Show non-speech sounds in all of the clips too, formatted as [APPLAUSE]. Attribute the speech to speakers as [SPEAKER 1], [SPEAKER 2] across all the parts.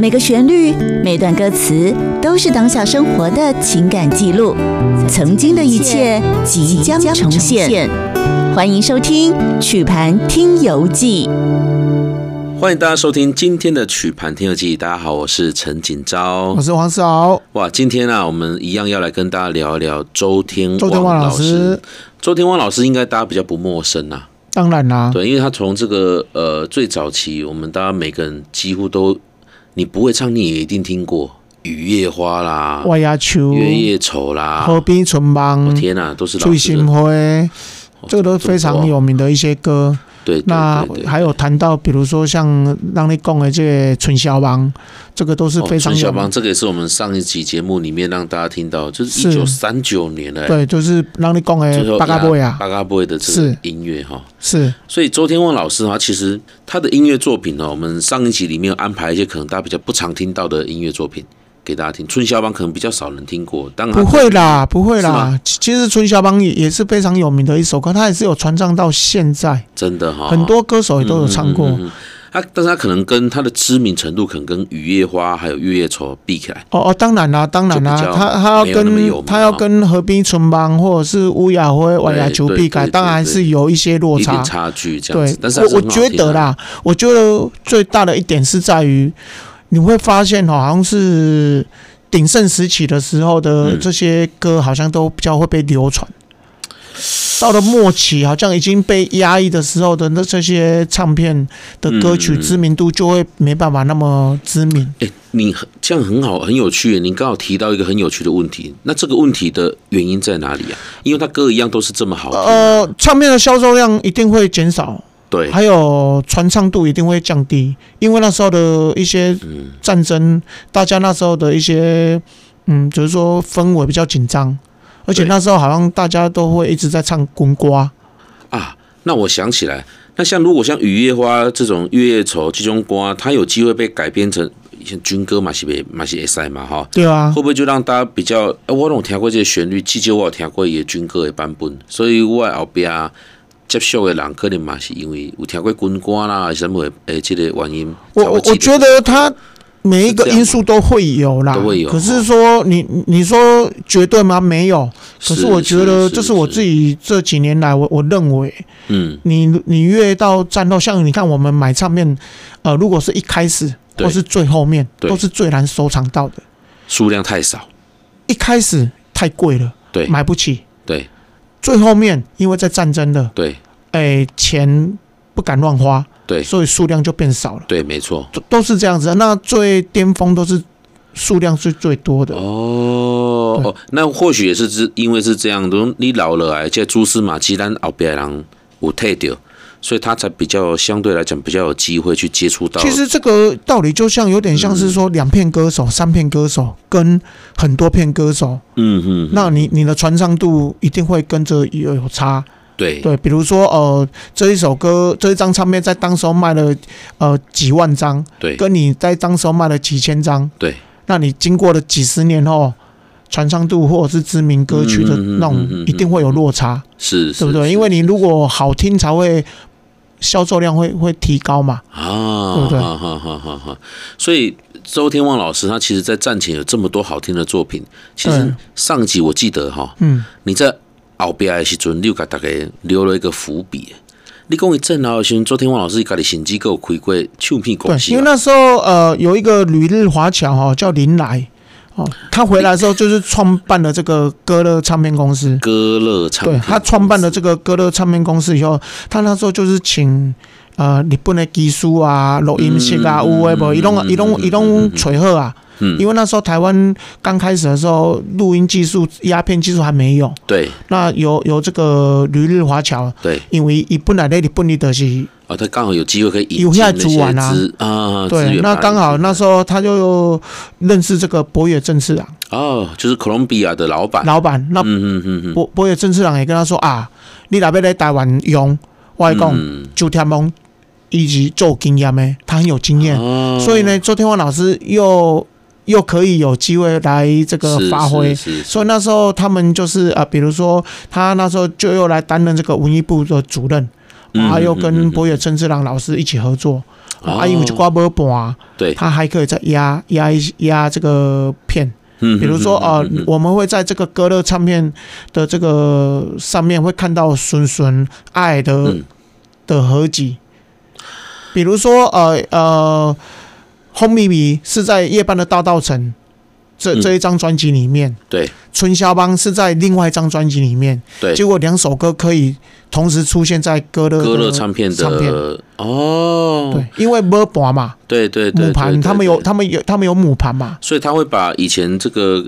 [SPEAKER 1] 每个旋律、每段歌词都是当下生活的情感记录，曾经的一切即将重现。欢迎收听《曲盘听游记》。
[SPEAKER 2] 欢迎大家收听今天的曲盘听友记。大家好，我是陈锦昭
[SPEAKER 3] 我。是黄世豪，
[SPEAKER 2] 哇，今天啊，我们一样要来跟大家聊一聊周天
[SPEAKER 3] 周天旺
[SPEAKER 2] 旺嗯
[SPEAKER 3] 老
[SPEAKER 2] 老师
[SPEAKER 3] 师。，
[SPEAKER 2] 周天旺老师应该大家比较不陌生啊，
[SPEAKER 3] 当然啦，
[SPEAKER 2] 对，因为他从这个呃最早期，我们大家每个人几乎都，你不会唱，你也一定听过《雨夜花》啦，
[SPEAKER 3] 外牙球
[SPEAKER 2] 《月夜愁》啦，
[SPEAKER 3] 河
[SPEAKER 2] 啊我、
[SPEAKER 3] 边存邦、
[SPEAKER 2] 天哪、都是老
[SPEAKER 3] 醉
[SPEAKER 2] 师
[SPEAKER 3] 心
[SPEAKER 2] 的，
[SPEAKER 3] 灰，这个都是非常有名的一些歌。
[SPEAKER 2] 对对
[SPEAKER 3] 那
[SPEAKER 2] 对对
[SPEAKER 3] 还有谈到，比如说像让你讲的这个《春宵帮》，这个都是非常
[SPEAKER 2] 哦、春
[SPEAKER 3] 有
[SPEAKER 2] 晓
[SPEAKER 3] 名
[SPEAKER 2] 帮，。这个也是我们上一期节目里面让大家听到，就是一
[SPEAKER 3] 是
[SPEAKER 2] 九三九年的、欸，
[SPEAKER 3] 对，就是让你讲
[SPEAKER 2] 最后嗯
[SPEAKER 3] 的巴嘎波呀，
[SPEAKER 2] 巴嘎布的这个
[SPEAKER 3] 是
[SPEAKER 2] 音乐哈。
[SPEAKER 3] 是
[SPEAKER 2] 所以周天旺老师他其实他的音乐作品呢，我们上一集里面有安排一些可能大家比较不常听到的音乐作品给大家听，春宵帮可能比较少人听过，当然
[SPEAKER 3] 不会啦，不会
[SPEAKER 2] 嗯是
[SPEAKER 3] 啦
[SPEAKER 2] 吗。
[SPEAKER 3] 其其实《春宵帮》也也是非常有名的一首歌，它也是有传唱到现在，
[SPEAKER 2] 真的哈
[SPEAKER 3] 很多歌手也都有唱过
[SPEAKER 2] 哦嗯。嗯嗯他但是他可能跟他的知名程度，可能跟《雨夜花》还有《月夜愁》比起来，
[SPEAKER 3] 哦哦，当然啦、当然啦、
[SPEAKER 2] 就比较
[SPEAKER 3] 他他要
[SPEAKER 2] 没有那么有名
[SPEAKER 3] 跟他要
[SPEAKER 2] 啊
[SPEAKER 3] 跟河滨村帮或者是乌雅灰、瓦雅丘
[SPEAKER 2] 对
[SPEAKER 3] 比改，
[SPEAKER 2] 对
[SPEAKER 3] 当然
[SPEAKER 2] 对
[SPEAKER 3] 是有一些落
[SPEAKER 2] 一定
[SPEAKER 3] 差。
[SPEAKER 2] 差距这样
[SPEAKER 3] 对
[SPEAKER 2] 子。但，是还是
[SPEAKER 3] 我我
[SPEAKER 2] 很好
[SPEAKER 3] 觉
[SPEAKER 2] 听
[SPEAKER 3] 得
[SPEAKER 2] 啊，
[SPEAKER 3] 啦，我觉得最大的一点是在于，你会发现哦，好像是鼎盛时期的时候的
[SPEAKER 2] 嗯
[SPEAKER 3] 这些歌，好像都比较会被流传。到了末期，好像已经被压抑的时候的那这些唱片的歌曲
[SPEAKER 2] 嗯嗯嗯
[SPEAKER 3] 知名度就会没办法那么知名。
[SPEAKER 2] 哎、你很这样很好，很有趣耶。你刚好提到一个很有趣的问题，那这个问题的原因在哪里啊？因为他歌一样都是这么好听，
[SPEAKER 3] 呃，唱片的销售量一定会减少，
[SPEAKER 2] 对，
[SPEAKER 3] 还有传唱度一定会降低，因为那时候的一些
[SPEAKER 2] 嗯，
[SPEAKER 3] 战争，大家那时候的一些，嗯，就是说氛围比较紧张，而且
[SPEAKER 2] 对
[SPEAKER 3] 那时候好像大家都会一直在唱滚瓜，
[SPEAKER 2] 啊，那我想起来，那像如果像《雨夜花》这种《月夜愁》这种歌，它有机会被改编成像军歌嘛，是不嘛是 S I 嘛哈。
[SPEAKER 3] 对啊
[SPEAKER 2] 会，不会就让大家比较？啊、我有听过这个旋律，至少我有听过伊的军歌的版本，所以我的后壁接受的人可能嘛是因为有听过军歌啦，还是什么诶，这个原因。
[SPEAKER 3] 我
[SPEAKER 2] 才
[SPEAKER 3] 我
[SPEAKER 2] 会记
[SPEAKER 3] 我觉得它每一个
[SPEAKER 2] 是这样吗
[SPEAKER 3] 因素都会有啦，
[SPEAKER 2] 都会有
[SPEAKER 3] 可是说你你说绝对吗？没有。可是我觉得，这是我自，己这几年来，我我认为，
[SPEAKER 2] 嗯，
[SPEAKER 3] 你你越到战后，像你看我们买唱片，呃，如果是一开始
[SPEAKER 2] 对
[SPEAKER 3] 或是最后面，
[SPEAKER 2] 对
[SPEAKER 3] 都是最难收藏到的。
[SPEAKER 2] 数量太少，
[SPEAKER 3] 一开始太贵了，
[SPEAKER 2] 对
[SPEAKER 3] 买不起；
[SPEAKER 2] 对
[SPEAKER 3] 最后面因为在战争了，
[SPEAKER 2] 对
[SPEAKER 3] 哎、钱不敢乱花，
[SPEAKER 2] 对
[SPEAKER 3] 所以数量就变少了，
[SPEAKER 2] 对，没错。
[SPEAKER 3] 都都是这样子。啊那最巅峰都是数量是最多的，
[SPEAKER 2] 哦
[SPEAKER 3] 对
[SPEAKER 2] 哦，那或许也是是因为是这样，都你老了哎，这蛛丝马迹，咱后边人有退掉，所以他才比较相对来讲比较有机会去接触到。嗯
[SPEAKER 3] 其实这个道理就像有点像是说两片歌手、三片歌手跟很多片歌手，
[SPEAKER 2] 嗯，嗯嗯，
[SPEAKER 3] 那你你的传唱度一定会跟着有有差。
[SPEAKER 2] 对
[SPEAKER 3] 对，比如说呃这一首歌这一张唱片在当时候卖了呃几万张，
[SPEAKER 2] 对
[SPEAKER 3] 跟你在当时候卖了几千张，
[SPEAKER 2] 对，
[SPEAKER 3] 那你经过了几十年后，传唱度或者是知名歌曲的
[SPEAKER 2] 嗯嗯嗯嗯嗯嗯
[SPEAKER 3] 那种一定会有落差，
[SPEAKER 2] 是，是
[SPEAKER 3] 对不对？
[SPEAKER 2] 是
[SPEAKER 3] 因为你如果好听才会销售量会会提高嘛，
[SPEAKER 2] 啊，
[SPEAKER 3] 对不对
[SPEAKER 2] 哈哈哈哈哈。所以周天旺老师他其实在战前有这么多好听的作品，其实
[SPEAKER 3] 对
[SPEAKER 2] 上集我记得哈，
[SPEAKER 3] 嗯，
[SPEAKER 2] 你在后边的时阵，你有给大家留了一个伏笔。你讲伊正老的时阵，周天旺老师伊家己甚至还有开过唱片
[SPEAKER 3] 对
[SPEAKER 2] 公，司
[SPEAKER 3] 因为
[SPEAKER 2] 嘛，
[SPEAKER 3] 那时候呃有一个旅日华侨哈、叫林来。哦，他回来的时候就是创办了这个歌乐唱片公司，
[SPEAKER 2] 歌乐唱
[SPEAKER 3] 对
[SPEAKER 2] 片，
[SPEAKER 3] 他创办了这个歌乐唱片公司以后，他那时候就是请呃日本的技术啊、录音室啊、
[SPEAKER 2] 嗯
[SPEAKER 3] 有诶无，伊拢伊拢伊拢找好啊。
[SPEAKER 2] 嗯
[SPEAKER 3] 因为那时候台湾刚开始的时候，录音技术、鸦片技术还没有。
[SPEAKER 2] 对
[SPEAKER 3] 那有有这个旅日华侨，
[SPEAKER 2] 对
[SPEAKER 3] 因为伊本来咧日本里的是
[SPEAKER 2] 啊，他刚好有机会可以引
[SPEAKER 3] 有
[SPEAKER 2] 进
[SPEAKER 3] 下
[SPEAKER 2] 那
[SPEAKER 3] 资源啊
[SPEAKER 2] 些资啊，资
[SPEAKER 3] 对，
[SPEAKER 2] 源
[SPEAKER 3] 那
[SPEAKER 2] 吧
[SPEAKER 3] 刚好那时
[SPEAKER 2] 候
[SPEAKER 3] 候他就认识这个博野正次郎
[SPEAKER 2] 哦，就是哥伦比亚的老板，
[SPEAKER 3] 老板，那
[SPEAKER 2] 啊嗯嗯嗯嗯，
[SPEAKER 3] 博博野正次郎也跟他说啊，你若要来台湾用，我跟你讲。
[SPEAKER 2] 嗯
[SPEAKER 3] 周天梦以及做经验的，他很有经验，
[SPEAKER 2] 哦
[SPEAKER 3] 嗯所以呢，周天旺老师又又可以有机会来这个
[SPEAKER 2] 是
[SPEAKER 3] 发挥。
[SPEAKER 2] 哦是是
[SPEAKER 3] 所以那时候他们就是啊、呃比如说他那时候就又来担任这个文艺部的主任，
[SPEAKER 2] 嗯
[SPEAKER 3] 还有
[SPEAKER 2] 嗯嗯
[SPEAKER 3] 跟
[SPEAKER 2] 嗯
[SPEAKER 3] 博野真之郎老师一起合作，
[SPEAKER 2] 哦
[SPEAKER 3] 啊，因为就刮波板啊，
[SPEAKER 2] 对，
[SPEAKER 3] 他还可以再压压一压这个片，
[SPEAKER 2] 嗯，
[SPEAKER 3] 比如说
[SPEAKER 2] 嗯
[SPEAKER 3] 呃，我们会在这个歌乐唱片的这个上面会看到孙孙爱的
[SPEAKER 2] 嗯
[SPEAKER 3] 的合集，比如说呃呃，红米米是在夜半的大道城这
[SPEAKER 2] 嗯
[SPEAKER 3] 这一张专辑里面，
[SPEAKER 2] 对
[SPEAKER 3] 春宵帮是在另外一张专辑里面，
[SPEAKER 2] 对，
[SPEAKER 3] 结果两首歌可以同时出现在歌乐的
[SPEAKER 2] 歌乐唱片
[SPEAKER 3] 呃唱片
[SPEAKER 2] 的哦，
[SPEAKER 3] 对，因为摸盘嘛，
[SPEAKER 2] 对对对，
[SPEAKER 3] 母盘
[SPEAKER 2] 对
[SPEAKER 3] 他们
[SPEAKER 2] 对
[SPEAKER 3] 有他们有他们有母盘嘛，
[SPEAKER 2] 所以他会把以前这个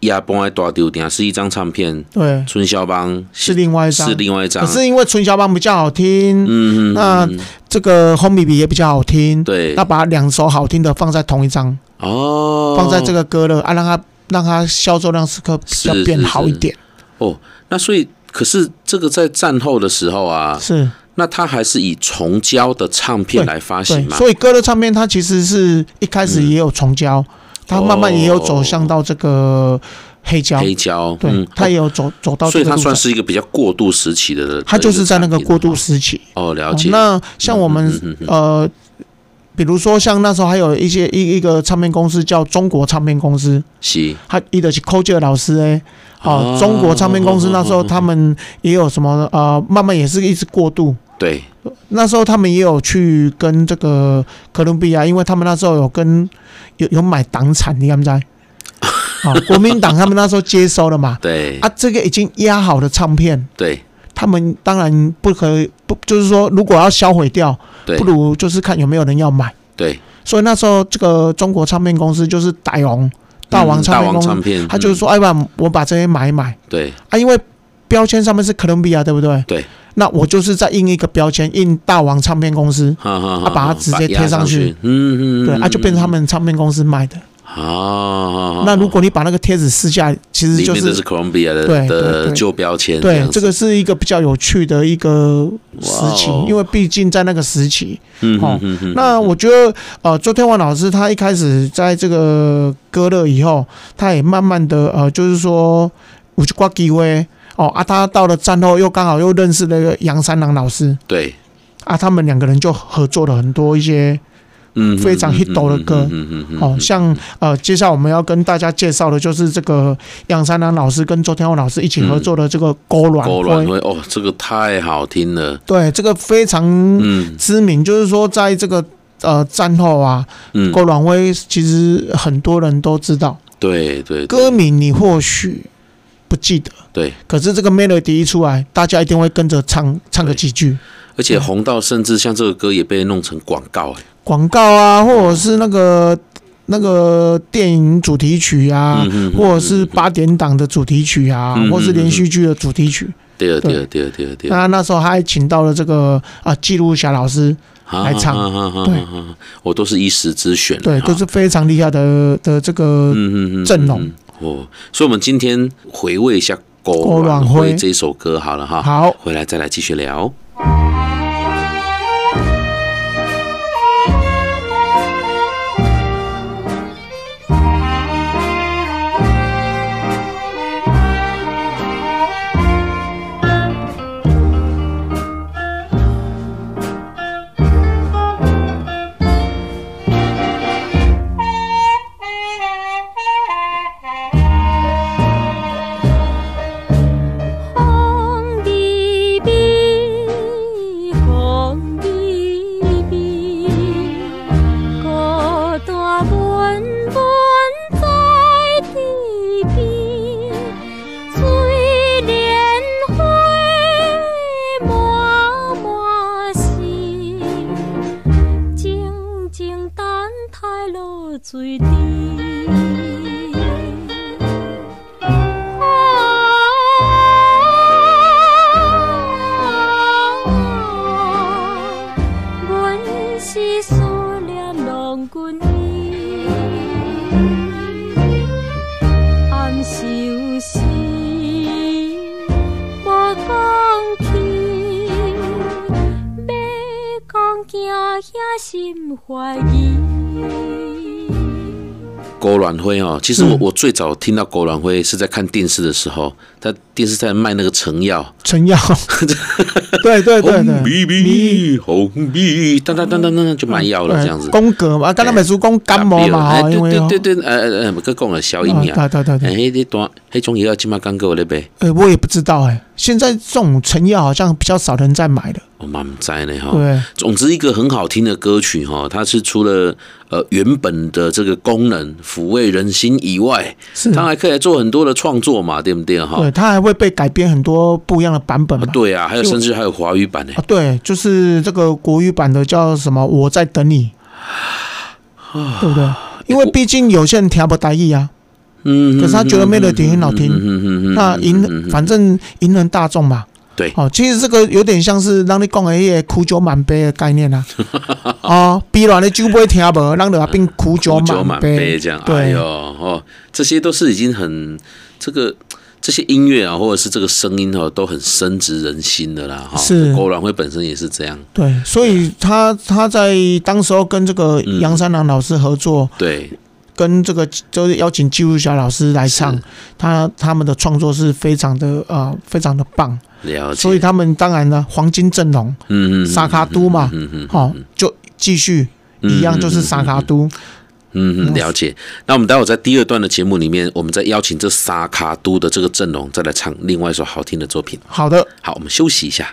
[SPEAKER 2] 亚邦的大丢点是一张唱片，
[SPEAKER 3] 对，
[SPEAKER 2] 春肖邦
[SPEAKER 3] 是另外一张
[SPEAKER 2] 是，另外一张，
[SPEAKER 3] 可是因为春宵帮比较好听，
[SPEAKER 2] 嗯嗯，
[SPEAKER 3] 那
[SPEAKER 2] 嗯
[SPEAKER 3] 这个 Home Baby 也比较好听，
[SPEAKER 2] 对
[SPEAKER 3] 那把两首好听的放在同一张，
[SPEAKER 2] 哦，
[SPEAKER 3] 放在这个歌了啊，让它让它销售量是可比较
[SPEAKER 2] 是
[SPEAKER 3] 变
[SPEAKER 2] 是
[SPEAKER 3] 好一点，
[SPEAKER 2] 哦，那所以可是这个在战后的时候啊，
[SPEAKER 3] 是
[SPEAKER 2] 那他还是以重胶的唱片来发啊行
[SPEAKER 3] 对，
[SPEAKER 2] 嘛，
[SPEAKER 3] 所以歌的唱片它其实是一开始也有重胶，它慢慢也有走向到这个黑胶，
[SPEAKER 2] 黑胶，嗯哦
[SPEAKER 3] 对，它也有走走到
[SPEAKER 2] 所
[SPEAKER 3] 这
[SPEAKER 2] 以
[SPEAKER 3] 个
[SPEAKER 2] 它
[SPEAKER 3] 路
[SPEAKER 2] 算
[SPEAKER 3] 上，
[SPEAKER 2] 是一个比较过渡时期的，
[SPEAKER 3] 它就是在那个过渡
[SPEAKER 2] 时
[SPEAKER 3] 时期。
[SPEAKER 2] 哦，了
[SPEAKER 3] 哦
[SPEAKER 2] 解，
[SPEAKER 3] 那像我们
[SPEAKER 2] 嗯嗯嗯嗯
[SPEAKER 3] 呃，比如说像那时候还有一些一一个唱片公司叫中国唱片公司，
[SPEAKER 2] 是
[SPEAKER 3] 他伊的是寇杰老师哎，哦，
[SPEAKER 2] 哦
[SPEAKER 3] 中国唱片公司那时候他们也有什么呃，慢慢也是一直过渡。
[SPEAKER 2] 对
[SPEAKER 3] 那时候他们也有去跟这个哥伦比亚，因为他们那时候有跟有有买党产，你敢不知道？ [LAUGHS] 啊、国民党他们那时候接收了嘛，
[SPEAKER 2] 对
[SPEAKER 3] 啊，这个已经压好的唱片，
[SPEAKER 2] 对
[SPEAKER 3] 他们当然不可以不，就是说如果要销毁掉，
[SPEAKER 2] 对
[SPEAKER 3] 不如就是看有没有人要买。
[SPEAKER 2] 对，
[SPEAKER 3] 所以那时候这个中国唱片公司就是大王大王
[SPEAKER 2] 嗯
[SPEAKER 3] 唱
[SPEAKER 2] 大
[SPEAKER 3] 片
[SPEAKER 2] 王
[SPEAKER 3] 公
[SPEAKER 2] 唱
[SPEAKER 3] 司，
[SPEAKER 2] 片，
[SPEAKER 3] 他就是
[SPEAKER 2] 嗯
[SPEAKER 3] 说，哎，不然我把这些买一买
[SPEAKER 2] 对
[SPEAKER 3] 啊，因为标签上面是哥伦比亚，对不对？
[SPEAKER 2] 对，
[SPEAKER 3] 那我就是再印一个标签，印大王唱片公司，
[SPEAKER 2] 哈哈
[SPEAKER 3] 啊把它直接贴上去，
[SPEAKER 2] 压嗯嗯，嗯
[SPEAKER 3] 对，啊，就变成他。
[SPEAKER 2] 嗯嗯
[SPEAKER 3] 们唱片公司卖的。
[SPEAKER 2] 哦，
[SPEAKER 3] 那如果你把那个贴纸撕下来，其实
[SPEAKER 2] 里
[SPEAKER 3] 就
[SPEAKER 2] 面的
[SPEAKER 3] 是
[SPEAKER 2] 是 Columbia
[SPEAKER 3] 对
[SPEAKER 2] 的
[SPEAKER 3] 对
[SPEAKER 2] 的
[SPEAKER 3] 对
[SPEAKER 2] 旧标签，
[SPEAKER 3] 对，
[SPEAKER 2] 样子
[SPEAKER 3] 这个是一个比较有趣的一个时期
[SPEAKER 2] 哇哦，
[SPEAKER 3] 因为毕竟在那个时期，
[SPEAKER 2] 嗯
[SPEAKER 3] 哦
[SPEAKER 2] 嗯嗯嗯
[SPEAKER 3] 那我觉得，呃，周天王老师他一开始在这个歌乐以后，他也慢慢的，呃，就是说有去挂机会哦啊，他到了战后又刚好又认识那个杨三郎老师
[SPEAKER 2] 对，
[SPEAKER 3] 啊，他们两个人就合作了很多一些
[SPEAKER 2] 嗯，
[SPEAKER 3] 非常 hit 的歌
[SPEAKER 2] 嗯嗯嗯
[SPEAKER 3] 哦，像呃，接下来我们要跟大家介绍的就是这个杨三郎老师跟周天王老师一起合作的这个《勾卵
[SPEAKER 2] 嗯狗
[SPEAKER 3] 灰
[SPEAKER 2] 卵》，灰哦，这个太好听了，
[SPEAKER 3] 对，这个非常
[SPEAKER 2] 嗯
[SPEAKER 3] 知名，就是说在这个呃战后啊，
[SPEAKER 2] 嗯，
[SPEAKER 3] 郭软威其实很多人都知道，
[SPEAKER 2] 对对
[SPEAKER 3] 歌
[SPEAKER 2] 对
[SPEAKER 3] 名你或许不记得，
[SPEAKER 2] 对，
[SPEAKER 3] 可是这个 melody 一出来，大家一定会跟着唱唱个几句
[SPEAKER 2] 而且红到甚至像这个歌也被弄成广告，哎
[SPEAKER 3] 广告啊，或者是那个那个电影主题曲啊，
[SPEAKER 2] 嗯嗯嗯
[SPEAKER 3] 或者是八点档的主题曲啊，
[SPEAKER 2] 嗯嗯嗯
[SPEAKER 3] 或是连续剧的主题曲。
[SPEAKER 2] 对了
[SPEAKER 3] 对
[SPEAKER 2] 对了对了对了对了，
[SPEAKER 3] 那那时候他还请到了这个啊记录侠老师，
[SPEAKER 2] 啊
[SPEAKER 3] 来唱
[SPEAKER 2] 啊啊啊
[SPEAKER 3] 对
[SPEAKER 2] 啊啊我都是一时之选，
[SPEAKER 3] 对，
[SPEAKER 2] 哈
[SPEAKER 3] 都是非常厉害的的这个
[SPEAKER 2] 嗯嗯嗯
[SPEAKER 3] 阵容
[SPEAKER 2] 嗯哦，所以我们今天回味一下《狗
[SPEAKER 3] 狗
[SPEAKER 2] 卵
[SPEAKER 3] 卵
[SPEAKER 2] 灰
[SPEAKER 3] 灰》
[SPEAKER 2] 这首歌好了哈，
[SPEAKER 3] 好
[SPEAKER 2] 回来再来继续聊。
[SPEAKER 4] 红的碧，红的碧，孤单闷闷在地边，水莲花满满心，静静等待落水滴。啊阮是思念郎君意，暗相思无讲起，要讲惊遐心怀疑。
[SPEAKER 2] 狗卵灰哦，其实我、
[SPEAKER 3] 嗯
[SPEAKER 2] 我最早听到狗卵灰是在看电视的时候，他电视在卖那个成药，[LAUGHS]
[SPEAKER 3] 成药，对对对
[SPEAKER 2] 红
[SPEAKER 3] 对，
[SPEAKER 2] 比比红比，当当当当当当就买药了这样子。
[SPEAKER 3] 宫格嘛，啊，刚才美术讲感冒嘛，
[SPEAKER 2] 哎
[SPEAKER 3] 哦因为
[SPEAKER 2] 对对对对，呃呃呃，个讲了小疫
[SPEAKER 3] 啊
[SPEAKER 2] 苗，
[SPEAKER 3] 对对对
[SPEAKER 2] 哎，
[SPEAKER 3] 对，
[SPEAKER 2] 迄段迄种药即马讲过咧呗，
[SPEAKER 3] 呃，我也不知道哎，现在这种成药好像比较少人在买了，
[SPEAKER 2] 我嘛毋知呢吼。
[SPEAKER 3] 对，
[SPEAKER 2] 总之，一个很好听的歌曲哈，它是除了呃原本的这个功能抚慰人心以外，
[SPEAKER 3] 是，
[SPEAKER 2] 它还可以做很多的创作嘛，对不对哈？
[SPEAKER 3] 对，它还会被改编很多不一样的版本
[SPEAKER 2] 啊
[SPEAKER 3] 嘛，
[SPEAKER 2] 对啊，还有
[SPEAKER 3] 因为
[SPEAKER 2] 甚至还有华语版呢
[SPEAKER 3] 啊，对，就是这个国语版的叫什么？我在
[SPEAKER 2] [SIGHS]
[SPEAKER 3] 等你，对不对？因为毕竟有些人听不达意啊，
[SPEAKER 2] 嗯，
[SPEAKER 3] 可是他觉得 melody 很好听
[SPEAKER 2] 嗯
[SPEAKER 3] 那迎反正迎人大众嘛。
[SPEAKER 2] 对
[SPEAKER 3] 哦，其实这个有点像是让你讲的一个苦酒满杯的概念
[SPEAKER 2] [LAUGHS]
[SPEAKER 3] 啊。哦，比如你酒杯听无，让你变苦酒
[SPEAKER 2] 酒酒
[SPEAKER 3] 满
[SPEAKER 2] 满杯
[SPEAKER 3] 杯
[SPEAKER 2] 这样，哎
[SPEAKER 3] 对
[SPEAKER 2] 呦，哦，这些都是已经很这个。这些音乐啊，或者是这个声音哦，都很深植人心的啦，哈。
[SPEAKER 3] 是
[SPEAKER 2] 狗软会本身也是这样，
[SPEAKER 3] 对，所以他他在当时候跟这个
[SPEAKER 2] 嗯
[SPEAKER 3] 杨三郎老师合作，
[SPEAKER 2] 对，
[SPEAKER 3] 跟这个就是邀请季如霞老师来唱
[SPEAKER 2] 是，
[SPEAKER 3] 他他们的创作是非常的啊、呃非常的棒。
[SPEAKER 2] 了解。
[SPEAKER 3] 所以他们当然呢，黄金阵容，
[SPEAKER 2] 嗯，嗯嗯，
[SPEAKER 3] 沙卡都嘛
[SPEAKER 2] 嗯嗯，
[SPEAKER 3] 哦，就继续一样就是沙卡都，
[SPEAKER 2] 嗯，嗯，了解。那我们待会在第二段的节目里面，我们再邀请这沙卡都的这个阵容，再来唱另外一首好听的作品。
[SPEAKER 3] 好的。
[SPEAKER 2] 好，我们休息一下。